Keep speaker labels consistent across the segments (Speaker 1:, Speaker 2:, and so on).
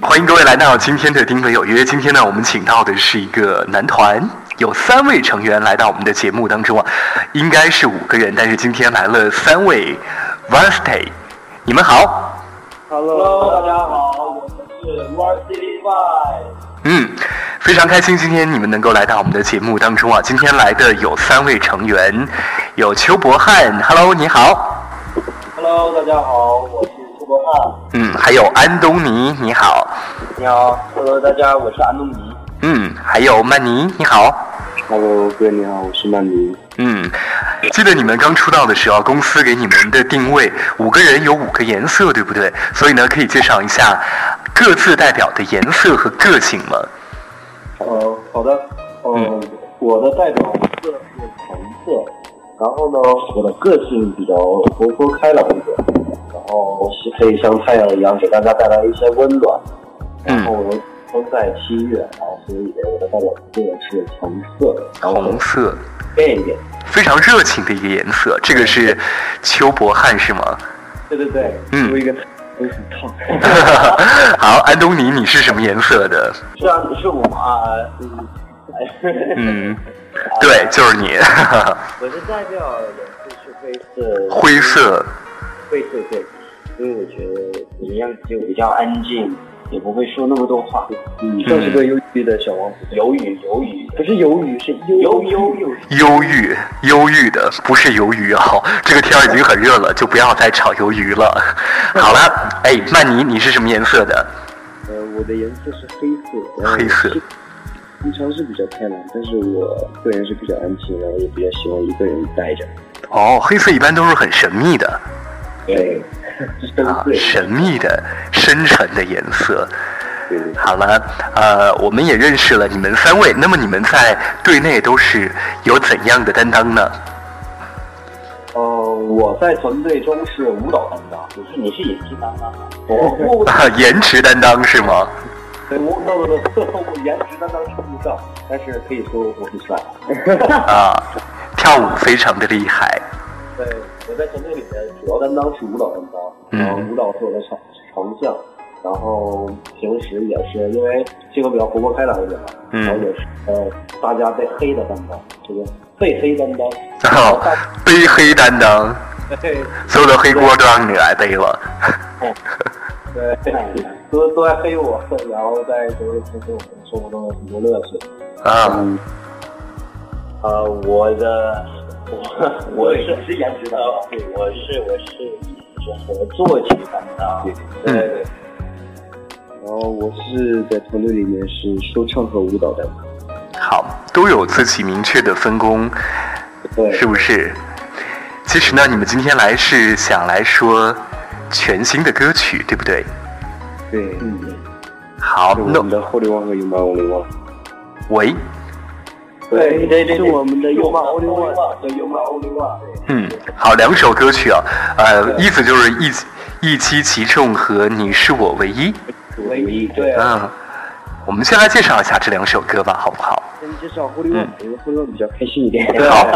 Speaker 1: 欢迎各位来到今天的《丁哥有约》。今天呢，我们请到的是一个男团，有三位成员来到我们的节目当中啊，应该是五个人，但是今天来了三位 Varsity。你们好，
Speaker 2: Hello，大家好，我们是 YC Five。
Speaker 1: 嗯，非常开心今天你们能够来到我们的节目当中啊。今天来的有三位成员，有邱博翰，Hello，你好，
Speaker 2: Hello，大家好，我是邱国浩。
Speaker 1: 嗯，还有安东尼，你好，
Speaker 2: 你好，Hello，大家，我是安东尼。
Speaker 1: 嗯，还有曼尼，你好。
Speaker 2: Hello，哥你好，我是曼尼。
Speaker 1: 嗯，记得你们刚出道的时候，公司给你们的定位五个人有五个颜色，对不对？所以呢，可以介绍一下各自代表的颜色和个性吗？
Speaker 2: 呃，好的，呃，
Speaker 1: 嗯
Speaker 2: 我的代表色是橙色，然后呢，我的个性比较活泼开朗一点，然后是可以像太阳一样给大家带来一些温暖，然后
Speaker 1: 嗯，
Speaker 2: 我生在七月，然后所以我的代表色是橙色，然后
Speaker 1: 红色，
Speaker 2: 变一点。
Speaker 1: 非常热情的一个颜色。这个是邱博翰是吗？
Speaker 2: 对对对，
Speaker 1: 嗯
Speaker 2: 出 一个都很烫。
Speaker 1: 好，安东尼，你是什么颜色的？
Speaker 2: 是啊，是我啊，嗯， 哎
Speaker 1: 嗯，对，就是你，
Speaker 2: 我是代表人是是灰色，
Speaker 1: 灰色。
Speaker 2: 灰色嗯对，因为我觉得我的样子就比较安静，也不会说那么多话，嗯，
Speaker 1: 算是个
Speaker 2: 忧郁的小王子。鱿鱼，鱿鱼，不是鱿鱼，是忧忧忧。
Speaker 1: 忧郁，忧郁的不是鱿鱼啊、这个天儿已经很热了，就不要再炒鱿鱼了。好了，哎，曼尼，你是什么颜色的？
Speaker 2: 呃，我的颜色是黑色，然后
Speaker 1: 黑色
Speaker 2: 是平常是比较开朗，但是我个人是比较安静，然后也比较喜欢一个人待着。
Speaker 1: 哦，黑色一般都是很神秘的
Speaker 2: 对，深
Speaker 1: 啊，
Speaker 2: 邃，
Speaker 1: 神秘的、深沉的颜色。
Speaker 2: 对对
Speaker 1: 好了，呃，我们也认识了你们三位，那么你们在队内都是有怎样的担当呢？
Speaker 2: 呃，我在团队中是舞蹈担当，不是你是演技担当啊？我我
Speaker 1: 啊，颜值担当是吗？
Speaker 2: 我那我我颜值担当称不上，但是可以说我很帅。
Speaker 1: 啊，跳舞非常的厉害。
Speaker 2: 对，我在团队里面主要担当是舞蹈担当，
Speaker 1: 嗯
Speaker 2: 然后舞蹈是我的长长项，然后平时也是因为性格比较活泼开朗一点嘛，
Speaker 1: 嗯
Speaker 2: 然后也是呃大家被黑的担当，这个被黑担当。
Speaker 1: 哦，背黑担当，
Speaker 2: 对
Speaker 1: 所有的黑锅都让你来背了。
Speaker 2: 对，都都在黑我，然后在就是平时我们生活中有很多乐事。
Speaker 1: 啊，
Speaker 2: 呃，我的 我我是是颜值担当，对，我是我是是合作型担当，
Speaker 1: 对对
Speaker 2: 对，
Speaker 3: 嗯然后我是在团队里面是说唱和舞蹈的，
Speaker 1: 好，都有自己明确的分工，
Speaker 2: 对
Speaker 1: 是不是？其实呢，你们今天来是想来说全新的歌曲，对不对？
Speaker 3: 对，
Speaker 2: 嗯，
Speaker 1: 好，
Speaker 3: 是
Speaker 1: 那
Speaker 3: 我们的后流王和勇敢王流王，
Speaker 1: 喂，
Speaker 2: 对对对，
Speaker 3: 是我们的
Speaker 2: 优
Speaker 3: 勇
Speaker 2: 马
Speaker 3: 敢
Speaker 2: o
Speaker 3: 欧
Speaker 2: n
Speaker 3: 流
Speaker 2: l
Speaker 3: 王，
Speaker 2: 对优马 o n l
Speaker 1: 嗯，好，两首歌曲啊，呃，意思就是一一期其中和你是我唯一，
Speaker 2: 唯一对，
Speaker 1: 嗯，我们先来介绍一下这两首歌吧，好不好？
Speaker 3: 先介绍后流王，
Speaker 2: 嗯
Speaker 3: 因为后流王比较开心一点。
Speaker 2: 啊
Speaker 1: 好，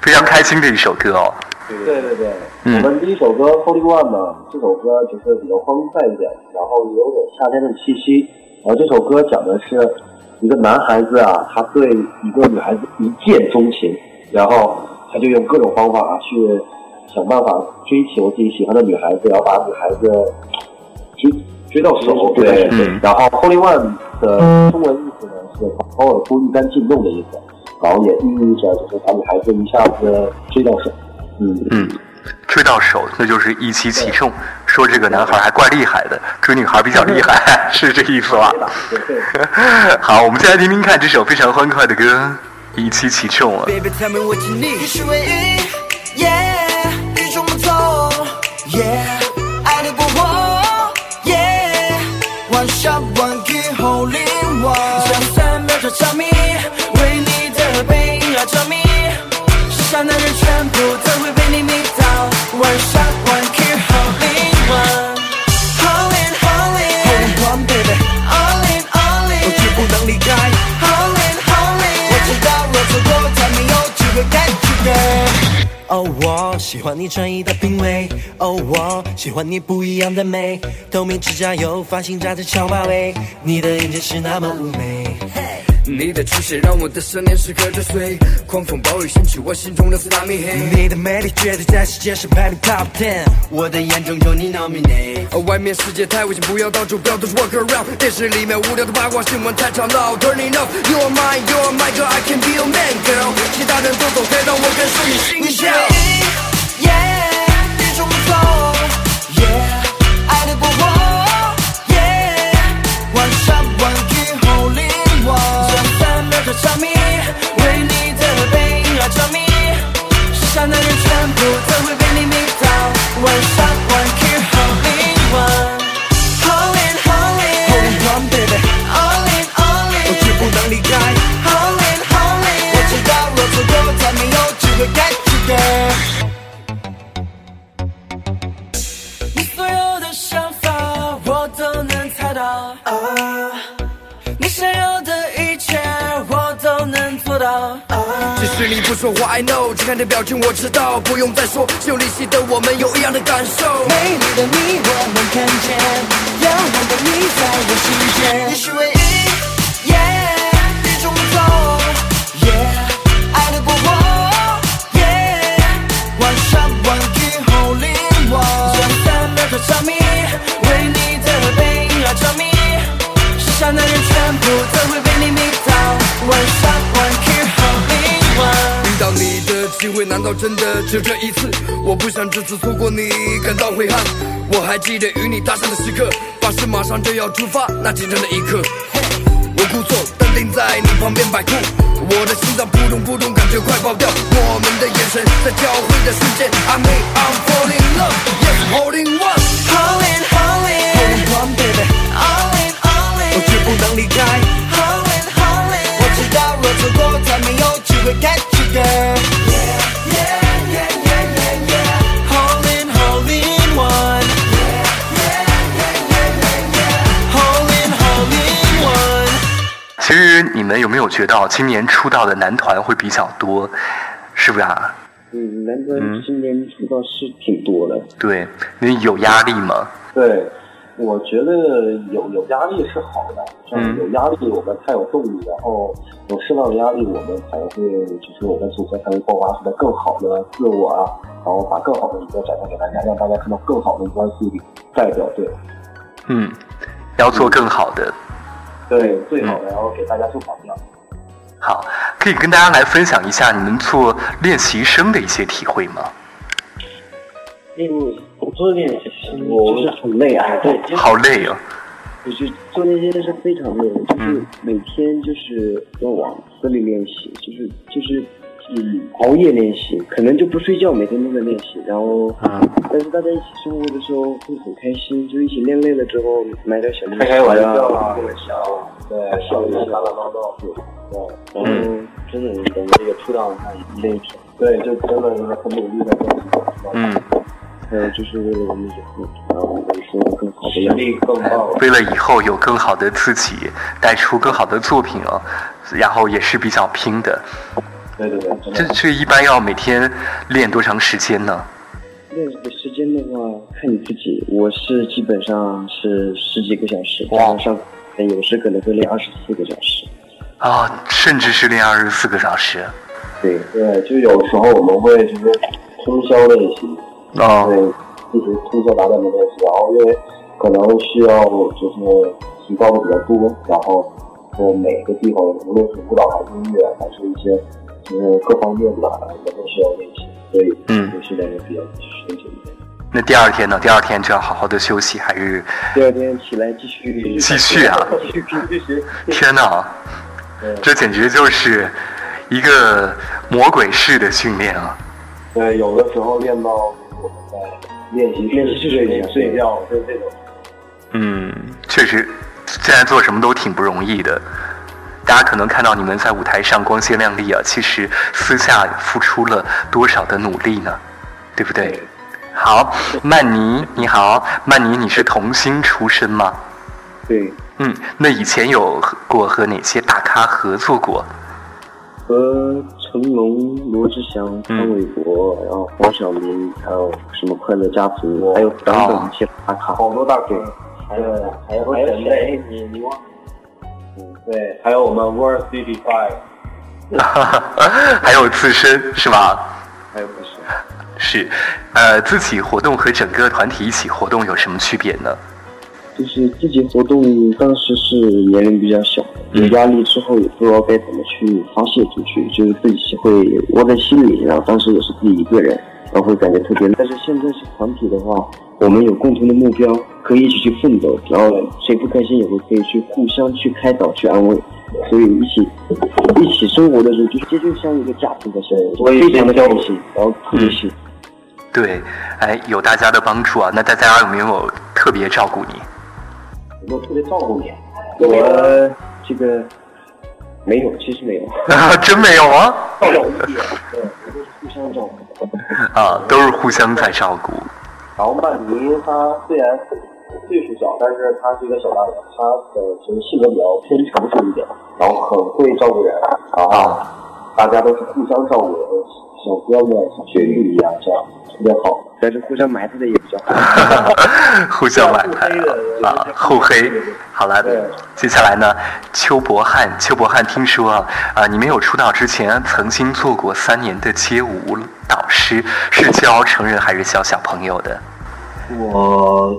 Speaker 1: 非常开心的一首歌哦，
Speaker 2: 对对对，
Speaker 1: 嗯
Speaker 2: 我们第一首歌《Holy One》呢，这首歌只是比较欢快一点，然后也有点夏天的气息。然后这首歌讲的是一个男孩子啊，他对一个女孩子一见钟情，然后他就用各种方法啊去想办法追求自己喜欢的女孩子，然后把女孩子追追到手。对，
Speaker 1: 嗯
Speaker 2: 然后 Holy One 的中文意思呢是把尔夫一干净弄的意思，然后也寓意着就是把女孩子一下子追到手。嗯，
Speaker 1: 嗯，追到手，那就是一期其中，说这个男孩还怪厉害的，追女孩比较厉害， 是这意思吧？
Speaker 2: 对对。
Speaker 1: 好，我们先来听听看这首非常欢快的歌《一期其中》啊。
Speaker 4: Baby, tell me what you need.
Speaker 5: 你是唯一，yeah，一生不走，yeah，爱你过我，yeah，玩笑玩具后领我。想三秒找着迷，为你的背影而着迷，世上的人全部都会被你迷倒，玩笑玩具后领我。All in, all in, all in, baby, all in, all in，我绝不能离开。All in, all in，我知道我错过，他没有机会再去的。哦，我喜欢你穿衣的品味，哦，我喜欢你不一样的美，透明指甲油，发型扎着乔马尾，你的眼睛是那么妩媚。
Speaker 4: 你的出现让我的想念时刻追随，狂风暴雨掀起我心中的四大密黑。
Speaker 5: 你的美丽绝对在世界上排名 top ten，我的眼中有你 nominate。
Speaker 4: 而呃外面世界太危险，不要到处标都是 walk around。电视里面无聊的八卦新闻太吵闹，turn it off，you are mine，you are mine girl，I can be your man girl。其他人都走开，让我感受你
Speaker 5: 你
Speaker 4: 心
Speaker 5: 是
Speaker 4: 跳
Speaker 5: 唯。一，耶，你说不错，耶，爱得过我，耶，晚上玩具后领我，让三秒的着迷，为你的背影而着迷，世上的人全部都会被你迷倒，晚上玩具后领我。All in, all in, all in, one baby, all in, all in，我绝不能离开。All in, all in，我知道若错过再没有机会 get together。你所有的想法我都能猜到，啊，你想要的一切我都能做到，啊。
Speaker 4: 即使你不说话，I know，只看你表情我知道，不用再说，心有灵犀的我们有一样的感受。
Speaker 5: 美丽的你我能看见，遥远的你在我世界。你是唯一，耶，与众不同，耶，爱得过我，耶，晚上玩具后领我，让三秒的着迷，为你的背影而着迷，世上的人全部都会被你迷倒，晚上玩具后领我。
Speaker 4: 遇到你的机会难道真的只有这一次？我不想这次错过你，感到悔憾。我还记得与你搭讪的时刻，发誓马上就要出发，那紧张的一刻，我故作淡定在你旁边摆酷，我的心脏扑通扑通，感觉快爆掉。我们的眼神在交汇的瞬间，I m e I'm falling in love, yes holding one。
Speaker 5: All in, all in, all in, baby. All in, all in，我绝不能离开。All in, all in，我知道若错过再没有机会 get you girl。Yeah, yeah, yeah, yeah, yeah, yeah. All in, all in one. Yeah, yeah, yeah, yeah, yeah. All in, all in one.
Speaker 1: 其实你们有没有觉到今年出道的男团会比较多，是不是啊？
Speaker 3: 嗯，南哥今年出道是挺多的，
Speaker 1: 对，你有压力吗？
Speaker 2: 对，我觉得有有压力是好的，这样
Speaker 1: 嗯
Speaker 2: 有压力我们才有动力，然后有释放压力，我们才会就是我们组合才会爆发出来更好的自我啊，然后把更好的一个展现给大家，让大家看到更好的关系里代表队。
Speaker 1: 嗯，要做更好的。
Speaker 2: 对，最好的，然后给大家做榜样。
Speaker 1: 好，可以跟大家来分享一下你们做练习生的一些体会吗？
Speaker 3: 练我做练习生就是很累啊，对，
Speaker 2: 嗯
Speaker 3: 就是
Speaker 1: 好累啊！
Speaker 3: 就是做那些是非常累，就是每天就是要往死里练习，就是就是嗯熬夜练习，可能就不睡觉，每天都在练习，然后
Speaker 1: 嗯
Speaker 3: 但是大家一起生活的时候会很开心，就是一起练累了之后买点小零食
Speaker 2: 开开玩笑
Speaker 3: 啊
Speaker 2: 啊，
Speaker 3: 对
Speaker 2: 对，
Speaker 3: 笑一下
Speaker 2: 打打闹闹。
Speaker 3: 然后真的等这个出道的话一累挺，
Speaker 2: 对，就真的就是很努力的在
Speaker 1: 嗯，
Speaker 3: 还有就是为了我们以后，然后能生活更好的
Speaker 2: 实
Speaker 3: 样子。
Speaker 2: 力更棒。
Speaker 1: 为了以后有更好的自己，带出更好的作品啊，然后也是比较拼的。
Speaker 2: 对对对，真
Speaker 1: 这
Speaker 2: 的。
Speaker 1: 这一般要每天练多长时间呢？
Speaker 3: 练习的时间的话，看你自己，我是基本上是十几个小时，
Speaker 1: 哇
Speaker 3: 加上上
Speaker 2: 呃
Speaker 3: 课有时可能会练二十四个小时。
Speaker 1: 啊，甚至是练二十四个小时。
Speaker 3: 对，
Speaker 2: 对，就有时候我们会就是通宵练习，
Speaker 1: 哦，
Speaker 2: 对，一直通宵达旦的练习，然后因为可能需要就是提高的比较多，然后呃每个地方无论是舞蹈还是音乐，还是一些就是各方面吧，我们都需要练习，所以
Speaker 1: 嗯
Speaker 2: 就训练的比较严谨一点。
Speaker 1: 那第二天呢？第二天就要好好的休息，还是
Speaker 3: 第二天起来继续
Speaker 1: 继续啊？
Speaker 3: 继续继续
Speaker 1: 天哪，这简直就是一个魔鬼式的训练啊！
Speaker 2: 对，呃有的时候练到我们在练习
Speaker 3: 练习室
Speaker 2: 睡
Speaker 3: 睡
Speaker 2: 觉
Speaker 3: 觉
Speaker 2: 睡觉，就这种。
Speaker 1: 嗯，确实，现在做什么都挺不容易的。大家可能看到你们在舞台上光鲜亮丽啊，其实私下付出了多少的努力呢？对不对？好，曼妮你好，曼妮你是童星出身吗？
Speaker 3: 对，
Speaker 1: 嗯，那以前有和过和哪些大咖合作过？
Speaker 3: 和成龙、罗志
Speaker 1: 嗯
Speaker 3: 祥、潘玮柏，然后黄晓明，还有什么快乐家族，还有等等一些打卡。
Speaker 2: 啊好多大哥，
Speaker 3: 还有还有
Speaker 2: 还有哎谁？
Speaker 3: 你你忘？
Speaker 2: 对，还有我们 World City Five，
Speaker 1: 还有自身是吧？
Speaker 2: 还有不是，
Speaker 1: 是，呃，自己活动和整个团体一起活动有什么区别呢？
Speaker 3: 就是自己活动，当时是年龄比较小，有压力之后也不知道该怎么去发泄出去，就是自己会窝在心里，然后当时也是自己一个人，然后会感觉特别累。但是现在是团体的话，我们有共同的目标，可以一起去奋斗，然后谁不开心也会可以去互相去开导、去安慰，所以一起一起生活的时候，就是这就像一个家庭的生活，非常的开心，然后特别幸福。
Speaker 1: 对，哎，有大家的帮助啊。那大家有没有特别照顾你？
Speaker 2: 我都特别照顾你。
Speaker 3: 我这个没有，其实没有。
Speaker 1: 啊，真没有啊？
Speaker 3: 互相照顾。
Speaker 1: 啊，都是互相在照顾。
Speaker 2: 然后曼尼他虽然岁数小，但是他是一个小大人，他的其实性格比较偏成熟一点，然后很会照顾人，然后
Speaker 1: 啊
Speaker 2: 大家都是互相照顾人，小哥们、小雪玉一样，啊这样特别好。
Speaker 3: 但是互相埋汰的也比较好。
Speaker 1: 互相买单啊，互黑。好了，接下来呢，邱博翰，邱博翰听说啊，啊，你没有出道之前曾经做过三年的街舞导师，是教成人还是教小朋友的？
Speaker 2: 我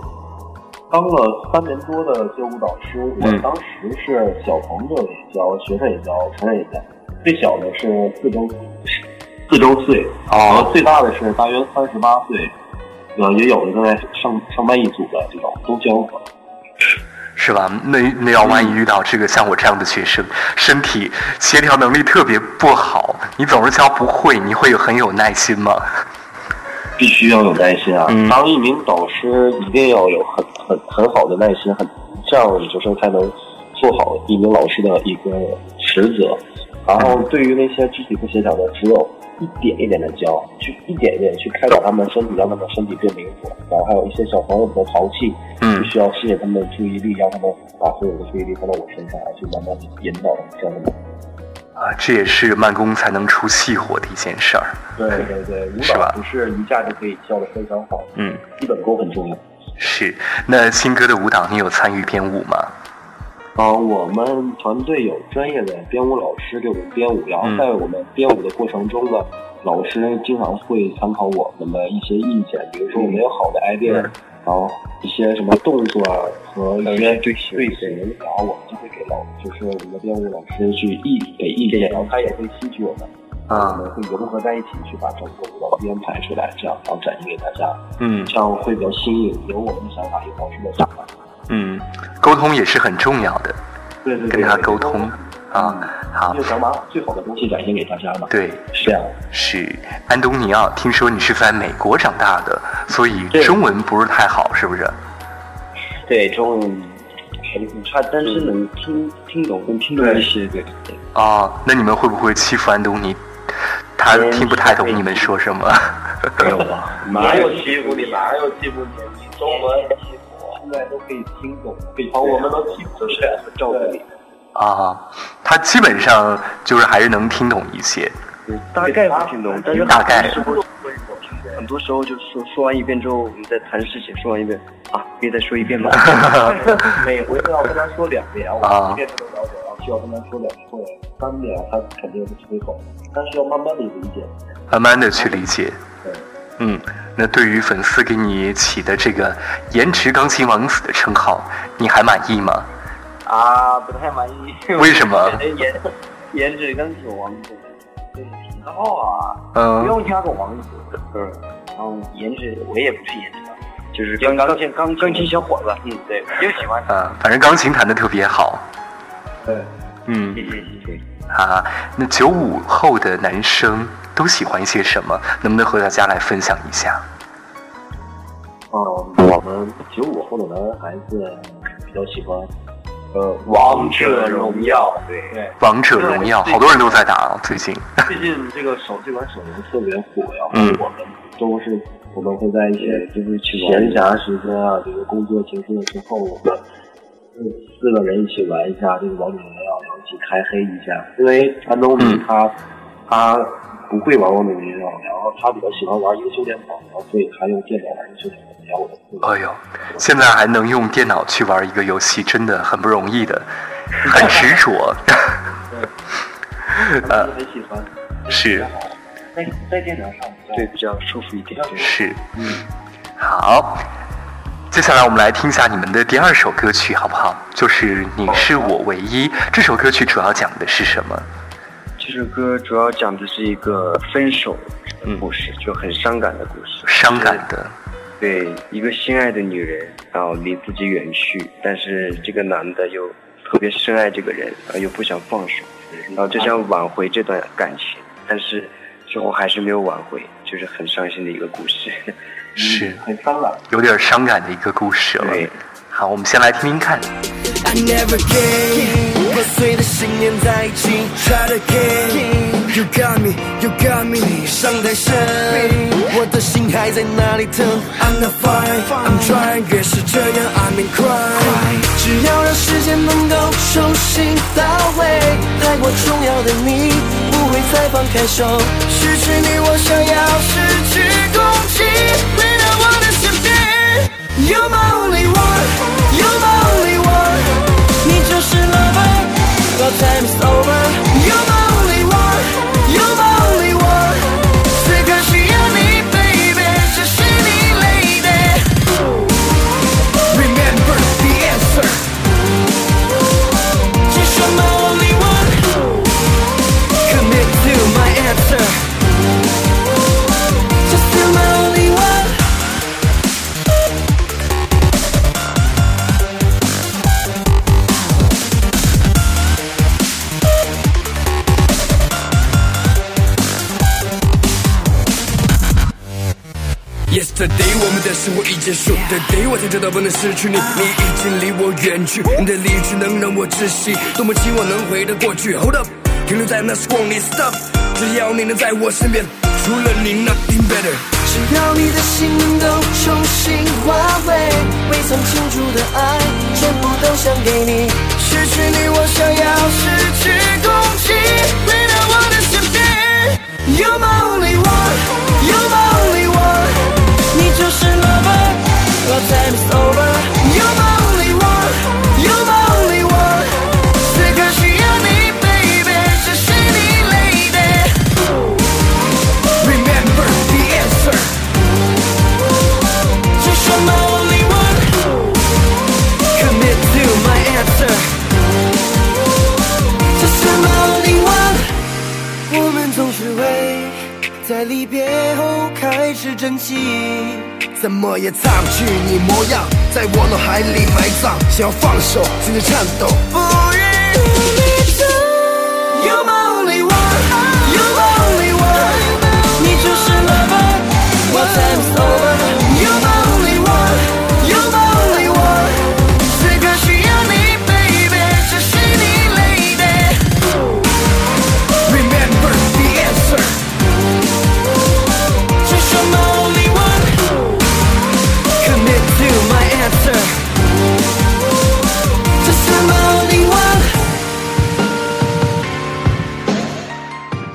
Speaker 2: 当了三年多的街舞导师，我
Speaker 1: 嗯
Speaker 2: 当时是小朋友也教，学生也教，成人也教。最小的是四周四周岁，然后最大的是大约三十八岁，呃，也有的正在上上班一族的这种都教过。
Speaker 1: 是吧？那那要万一遇到这个像我这样的学生，身体协调能力特别不好，你总是教不会，你会有很有耐心吗？
Speaker 2: 必须要有耐心啊！
Speaker 1: 嗯
Speaker 2: 当一名导师一定要有很很很好的耐心，很这样就是才能做好一名老师的一个职责。然后对于那些肢体不协调的，只有一点一点的教，去一点一点去开导他们的身体，让他们身体变灵活。然后还有一些小朋友的淘气，
Speaker 1: 嗯
Speaker 2: 就需要吸引他们的注意力，让他们把所有的注意力放到我身上，去慢慢地引导他们，教他们。
Speaker 1: 啊，这也是慢工才能出细活的一件事儿。
Speaker 2: 对对对，舞
Speaker 1: 是吧
Speaker 2: 蹈不是一下就可以教的非常好，
Speaker 1: 嗯，
Speaker 2: 基本功很重要。
Speaker 1: 是。那新歌的舞蹈，你有参与编舞吗？
Speaker 2: 啊，我们团队有专业的编舞老师给我们编舞，然后
Speaker 1: 嗯
Speaker 2: 在我们编舞的过程中呢，老师经常会参考我们的一些意见，比如说我们有好的 idea，、
Speaker 1: 嗯
Speaker 2: 然后一些什么动作啊和一些队形，队形，然后我们就会给老就是我们的编舞老师去意给意见，然后他也会吸取我们，我
Speaker 1: 啊，
Speaker 2: 们会融合在一起去把整个舞蹈编排出来，这样然后展现给大家，
Speaker 1: 嗯
Speaker 2: 这样会比较新颖，有我们的想法，有老师的想法，
Speaker 1: 嗯，沟通也是很重要的，
Speaker 2: 对对对，
Speaker 1: 跟他沟通啊。好
Speaker 2: 就，想把最好的东西展现给大家嘛。
Speaker 1: 对，
Speaker 2: 是啊，
Speaker 1: 是安东尼奥。听说你是在美国长大的，所以
Speaker 3: 对
Speaker 1: 中文不是太好，是不是？
Speaker 3: 对中文学历很差，但是
Speaker 2: 嗯
Speaker 3: 能听听懂，能听懂一些。对，
Speaker 1: 哦，那你们会不会欺负安东尼？他
Speaker 3: 嗯
Speaker 1: 听不太懂你们说什么。
Speaker 3: 没有吧？
Speaker 2: 哪有欺负你，哪有欺负你，你中文欺负我，现在都可以听懂，北方我们都欺负是照顾你。
Speaker 1: 啊，他基本上就是还是能听懂一些。
Speaker 3: 大概会听懂，但是
Speaker 1: 大概
Speaker 3: 很多时候很多时候就是说说完一遍之后，我们再谈事情，说完一遍啊，可以再说一 遍吗？
Speaker 2: 每回都要跟他说两遍，
Speaker 1: 啊
Speaker 2: 我一遍都能了解，然后需要跟他说两遍、三遍，他肯定是听不懂，但是要慢慢的理解。
Speaker 1: 慢慢的去理解
Speaker 2: 对。
Speaker 1: 嗯，那对于粉丝给你起的这个“颜值钢琴王子”的称号，你还满意吗？
Speaker 3: 啊，不太满意。
Speaker 1: 为什么
Speaker 3: 觉得 颜颜值跟酒王子，就是挺高啊，不
Speaker 1: 嗯，
Speaker 3: 用加个王子。嗯，然后颜值我也不是颜值啊，就是钢钢琴钢钢琴小伙子。嗯，对，就喜欢。
Speaker 1: 啊，反正钢琴弹得特别好。
Speaker 2: 对，
Speaker 1: 嗯
Speaker 3: 嗯嗯嗯。
Speaker 1: 啊，那九五后的男生都喜欢一些什么？能不能和大家来分享一下？
Speaker 2: 嗯，我们九五后的男孩子比较喜欢，呃，王者荣耀，对对。
Speaker 1: 王者荣耀，好多人都在打啊，最近。
Speaker 2: 最近这个手这款手游特别火，然后
Speaker 1: 嗯
Speaker 2: 我们都是我们会在一些就是去闲暇时间啊，比如工作结束了之后，我们嗯四个人一起玩一下这个王者荣耀，然后一起开黑一下。因为安东尼
Speaker 1: 嗯
Speaker 2: 他他不会玩王者荣耀，然后他比较喜欢玩英雄联盟，然后所以他用电脑玩英雄联盟，然后我的父母
Speaker 1: 哎呦，现在还能用电脑去玩一个游戏，真的很不容易 的，很执着。呃
Speaker 2: 他们很喜欢，
Speaker 1: 是
Speaker 2: 在在电脑上
Speaker 3: 对比较舒服一点。
Speaker 1: 是，嗯，好。接下来我们来听一下你们的第二首歌曲，好不好？就是《你是我唯一》这首歌曲主要讲的是什么？
Speaker 3: 这首歌主要讲的是一个分手的故事，就很伤感的故事。
Speaker 1: 伤感的，
Speaker 3: 对一个心爱的女人，然后离自己远去，但是这个男的又特别深爱这个人，然后又不想放手，然后就想挽回这段感情，但是最后还是没有挽回，就是很伤心的一个故事。
Speaker 1: 是
Speaker 2: 很伤感。
Speaker 1: 有点伤感的一个故事了
Speaker 3: 对。
Speaker 1: 好，我们先来听听看。
Speaker 5: I never gave，破碎的信念在一起 try to get。You got me, you got me，你伤太深，我的心还在那里疼。I'm not fine, I'm trying，越是这样 I'm in cry。只要让时间能够重新到位，太过重要的你不会再放开手，失去你我想要失去攻击，回到我的身边。You're my only one, you're my only one，你就是 lover。Our time is over. You're my only one, you're my only one。此刻需要你，baby，这是你 lady。Remember the answer。Just you're my only one. Commit to my answer. Just you're my only one.
Speaker 4: Yesterday，我们的生活已结束。Today，我才知道不能失去你，你已经离我远去。你的离去能让我窒息，多么期望能回到过去。Hold up，停留在那时光里，Stop，只要你能在我身边，除了你，Nothing better。
Speaker 5: 只要你的心能够重新换回，未曾倾注的爱，全部都想给你。失去你，我想要失去攻击，回到我的身边。You're my only one, you're my only one，你就是 lover。Our time is over. You're my only one, you're my only one。此刻需要你，baby，这是你 lady。Remember the answer. Just you're my only one. Commit to my answer. Just you're my only one. 我们总是为在离别后开始珍惜。
Speaker 4: 怎么也擦不去你模样，在我脑海里埋葬。想要放手，心在颤抖。
Speaker 5: 不愿离开。You're my only one, you're my only one，你就是 lover。What time is over? You're my only one, you're my only one。此刻需要你，baby，这是你 lady。Remember the answer。Just you're my only one. Commit to my answer. Just you're my only one.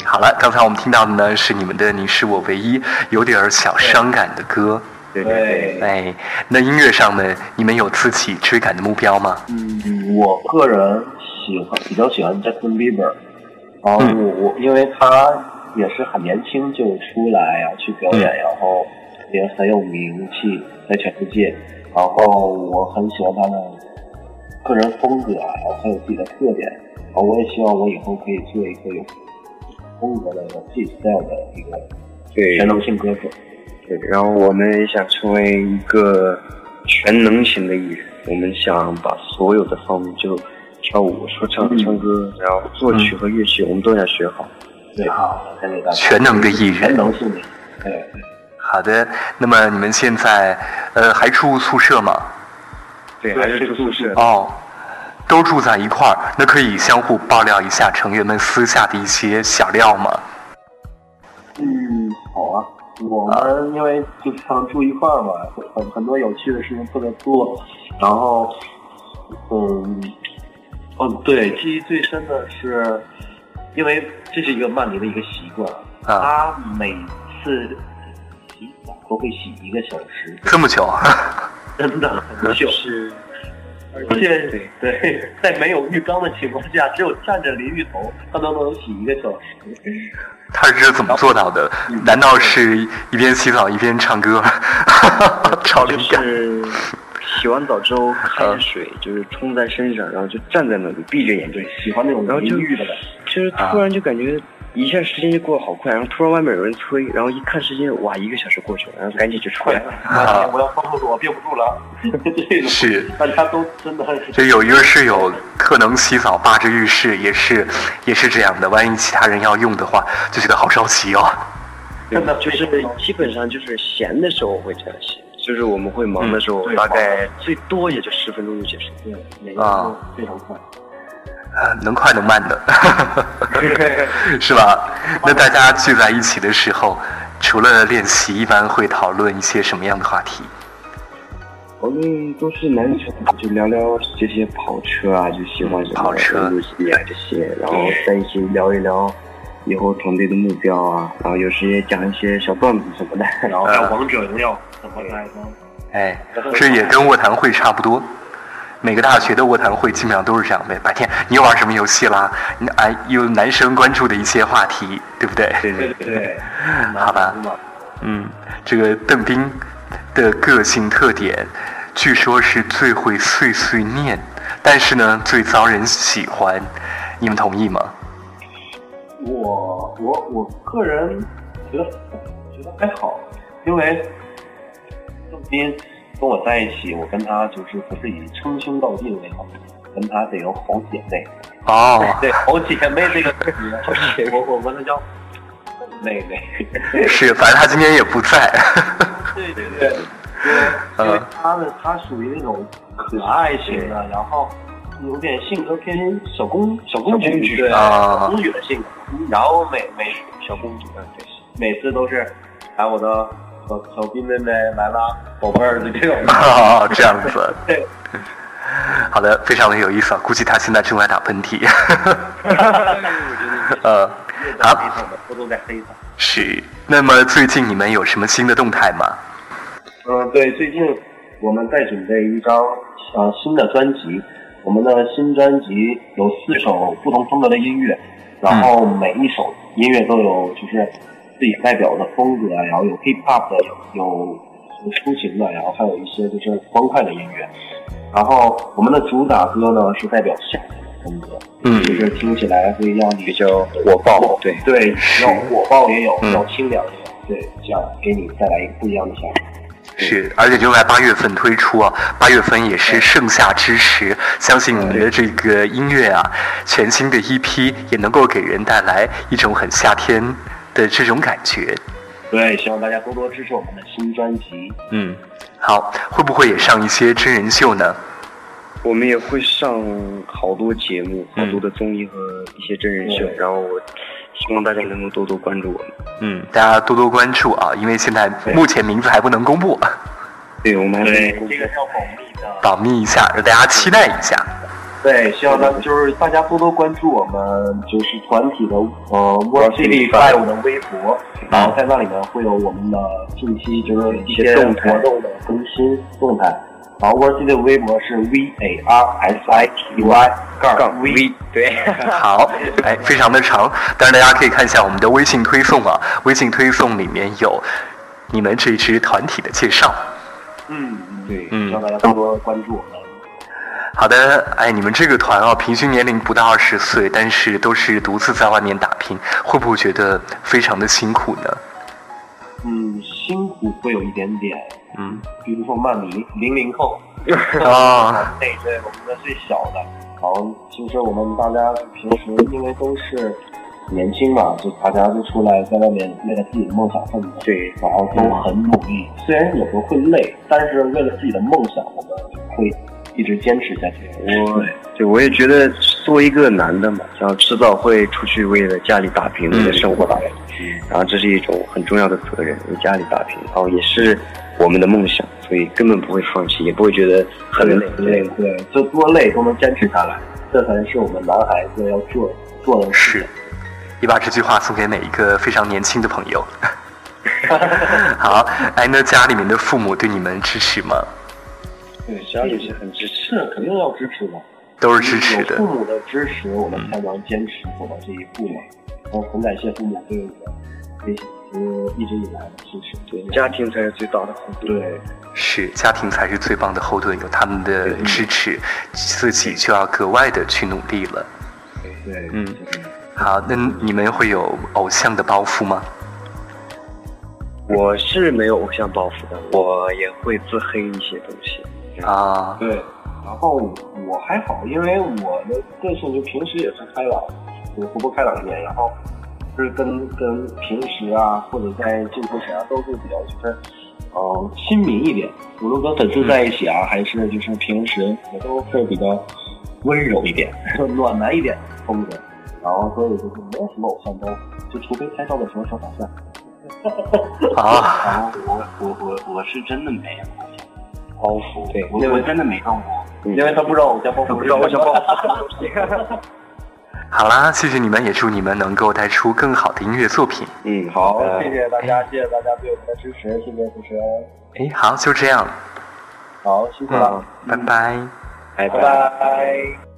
Speaker 1: 好了，刚才我们听到的呢是你们的《你是我唯一》，有点儿小伤感的歌。
Speaker 3: 对对对，
Speaker 1: 哎，那音乐上呢，你们有自己追赶的目标吗？
Speaker 2: 嗯，我个人喜欢比较喜欢 Justin Bieber，然后
Speaker 3: 嗯
Speaker 2: 我我因为他也是很年轻就出来然后去表演，
Speaker 1: 嗯
Speaker 2: 然后也很有名气在全世界，然后我很喜欢他的个人风格，啊然后很有自己的特点，然后我也希望我以后可以做一个有风格的、有自己 style 的一个
Speaker 3: 对
Speaker 2: 全能性歌手。
Speaker 3: 对，然后我们也想成为一个全能型的艺人，我们想把所有的方面，就跳舞、说唱、
Speaker 2: 嗯
Speaker 3: 唱歌，然后作曲和乐器，我们都想学好。
Speaker 2: 对，好，献给大家。
Speaker 1: 全能的艺人
Speaker 2: 全能性的，对。
Speaker 1: 好的，那么你们现在呃还住宿舍吗？
Speaker 3: 对，
Speaker 2: 对
Speaker 3: 还是住宿舍。
Speaker 1: 哦，都住在一块儿，那可以相互爆料一下成员们私下的一些小料吗？
Speaker 2: 嗯，好啊，我们因为经常住一块儿嘛，很很多有趣的事情特别多。然后，嗯，哦，对，记忆最深的是，
Speaker 3: 因为这是一个曼宁的一个习惯，
Speaker 1: 啊
Speaker 3: 他每次洗澡都会洗一个小时，
Speaker 1: 这么久，啊
Speaker 3: 真的很久。
Speaker 2: 是，而
Speaker 3: 而且
Speaker 2: 对，
Speaker 3: 对，在没有浴缸的情况下，只有站着淋浴头，他都能洗一个小时。
Speaker 1: 他是怎么做到的？难道是一边洗澡一边唱歌， 找灵
Speaker 2: 就
Speaker 1: 感？
Speaker 2: 是洗完澡之后开着水，就是冲在身上，然后就站在那里闭着眼睛
Speaker 3: 对，，喜欢那种
Speaker 2: 然后
Speaker 3: 淋
Speaker 2: 就
Speaker 3: 浴的感觉。
Speaker 2: 就是突然就感觉一下时间就过得好快，然后突然外面有人催，然后一看时间，哇，一个小时过去了，然后赶紧就出来了。
Speaker 3: 啊！我要上厕所，憋不住 了。这种
Speaker 1: 是
Speaker 3: 大家都真的是
Speaker 1: 这有一个室友特能洗澡，霸着浴室，也是也是这样的。万一其他人要用的话，就觉得好着急哦。
Speaker 3: 真的
Speaker 2: 就是基本上就是闲的时候会这样写，就是我们会忙的时候，
Speaker 3: 嗯对
Speaker 2: 大概最多也就十分钟就结束。啊
Speaker 3: 对，每个人都非常快。
Speaker 1: 呃，能快能慢的， 是吧？那大家聚在一起的时候，除了练习，一般会讨论一些什么样的话题？
Speaker 2: 我们都是男生，就聊聊这些跑车啊，就喜欢什么
Speaker 1: 跑车
Speaker 2: 路西啊这些，然后在一起聊一聊以后团队的目标啊，然后有时也讲一些小段子什么的， 然后
Speaker 3: 然后呃王者荣耀怎么来呢？
Speaker 1: 哎，这也跟卧谈会差不多。每个大学的卧谈会基本上都是这样的。白天你又玩什么游戏啦？你哎，有男生关注的一些话题，对不对？
Speaker 2: 对
Speaker 3: 对对对，
Speaker 1: 好吧嗯，这个邓斌的个性特点，据说是最会碎碎念，但是呢，最遭人喜欢。你们同意吗？
Speaker 3: 我我我个人觉得觉得还好，因为邓斌跟我在一起，我跟他就是不是以称兄道弟的那种，跟他得有好姐妹。
Speaker 1: 哦，
Speaker 3: 对，好姐妹这个词，我我管她叫妹妹。
Speaker 1: 是，反正他今天也不在。
Speaker 3: 对对对，
Speaker 2: 嗯
Speaker 3: 因为因为她呢，她属于那种可爱型的，然后有点性格偏小公小公
Speaker 2: 小公
Speaker 3: 举
Speaker 2: 举
Speaker 3: 对
Speaker 1: 啊
Speaker 3: 小公举的性格，然后每每小公举嗯对，每次都是哎我的小小弟妹妹来啦，宝贝儿就这种。
Speaker 1: 哦，这样子。
Speaker 3: 对，
Speaker 1: 好的，非常的有意思啊！估计他现在正在打喷嚏。 呃，
Speaker 2: 嗯
Speaker 3: 越在黑上的偷偷在黑上。
Speaker 1: 是。那么最近你们有什么新的动态吗？
Speaker 3: 嗯，对，最近我们在准备一张呃新的专辑，我们的新专辑有四首不同风格的音乐，然后每一首音乐都有就是自己代表的风格，啊然后有 hip hop 的，有有抒情的，然后还有一些就是欢快的音乐。然后我们的主打歌呢是代表夏天的风格，
Speaker 1: 嗯
Speaker 3: 就是听起来会让你比较
Speaker 2: 火爆，对，
Speaker 3: 对，要火爆也有，
Speaker 1: 嗯
Speaker 3: 要清凉也有，对，这样给你带来一个不一样的夏天。
Speaker 1: 是，而且就在八月份推出啊，八月份也是盛夏之时，相信你们的这个音乐啊，全新的一批也能够给人带来一种很夏天的这种感觉。
Speaker 3: 对，希望大家多多支持我们的新专辑。
Speaker 1: 嗯，好，会不会也上一些真人秀呢？
Speaker 2: 我们也会上好多节目，好多的综艺和一些真人秀，
Speaker 3: 嗯
Speaker 2: 然后我希望大家能够多多关注我们，
Speaker 1: 嗯，大家多多关注啊，因为现在目前名字还不能公布，
Speaker 2: 对我们还是
Speaker 3: 这嗯个是要保密的。
Speaker 1: 保密一下，让大家期待一下。
Speaker 3: 对，希望大就是大家多多关注我们就是团体的呃 World City Five 的微博，然后在那里面会有我们的近期就是嗯一些
Speaker 2: 动态
Speaker 3: 活动的更新动态。然后 World City 的微博是 V A R S I T Y 杠 V。
Speaker 2: 对，
Speaker 1: 好，哎，非常的长，但是大家可以看一下我们的微信推送啊，微信推送里面有你们这支团体的介绍。
Speaker 3: 嗯，对，
Speaker 1: 嗯
Speaker 3: 希望大家多多关注我们。
Speaker 1: 好的，哎，你们这个团啊，平均年龄不到二十岁，但是都是独自在外面打拼，会不会觉得非常的辛苦呢？
Speaker 3: 嗯，辛苦会有一点点，
Speaker 1: 嗯，
Speaker 3: 比如说曼尼零零后，嗯
Speaker 1: 啊，
Speaker 3: 那对我们的最小的。然后其实我们大家平时因为都是年轻嘛，就大家都出来在外面为了自己的梦想奋斗，对，然后都很努力。虽然有时候会累，但是为了自己的梦想，我们会一直坚持下去。
Speaker 2: 我对我也觉得作为一个男的嘛，然后迟早会出去为了家里打拼，为了生活打拼，
Speaker 1: 嗯
Speaker 2: 然后这是一种很重要的责任，为家里打拼，然后也是我们的梦想，所以根本不会放弃，也不会觉得很累很累。
Speaker 3: 对，就多累都能坚持下来，这才是我们男孩子要做做的事。
Speaker 1: 是，也把这句话送给每一个非常年轻的朋 友。好，哎，那家里面的父母对你们支持吗？
Speaker 3: 对，家里是很支持，是肯定要支持的。
Speaker 1: 都是支持的
Speaker 3: 有。父母的支持，我们才能坚持走到这一步嘛。我很感谢父母对我，对呃一直以来的支持。对，
Speaker 2: 家庭才是最大的后盾。
Speaker 3: 对，
Speaker 1: 是家庭才是最棒的后盾，有他们的支持，自己就要格外的去努力了。
Speaker 3: 对，
Speaker 1: 嗯
Speaker 3: 就是
Speaker 1: 好，那你们会有偶像的包袱吗？
Speaker 2: 我是没有偶像包袱的，我也会自黑一些东西。
Speaker 1: 啊，
Speaker 3: 对，然后我还好，因为我的个性就平时也是开朗，就活泼开朗一点，然后就是跟跟平时啊，或者在镜头前啊，都是比较就是呃亲民一点，无论跟粉丝在一起啊，还是就是平时，我都是比较温柔一点、 暖男一点风格，然后所以就是没有什么偶像包袱，就除非拍照的时候想打架。
Speaker 1: 啊，
Speaker 3: 然后我我我我是真的没有包袱，对
Speaker 2: 因为
Speaker 3: 真的没到过，因为他不知道我叫包袱，
Speaker 2: 他不知道我叫包
Speaker 3: 袱。
Speaker 1: 好啦，谢谢你们，也祝你们能够带出更好的音乐作品。
Speaker 2: 嗯，
Speaker 3: 好，
Speaker 2: 呃
Speaker 3: 谢谢大家，谢谢大家对我们的支持，谢谢主持人，
Speaker 1: 哎，好，就这样，
Speaker 3: 好，辛苦了
Speaker 1: 嗯嗯，，拜拜。
Speaker 2: 拜
Speaker 3: 拜拜。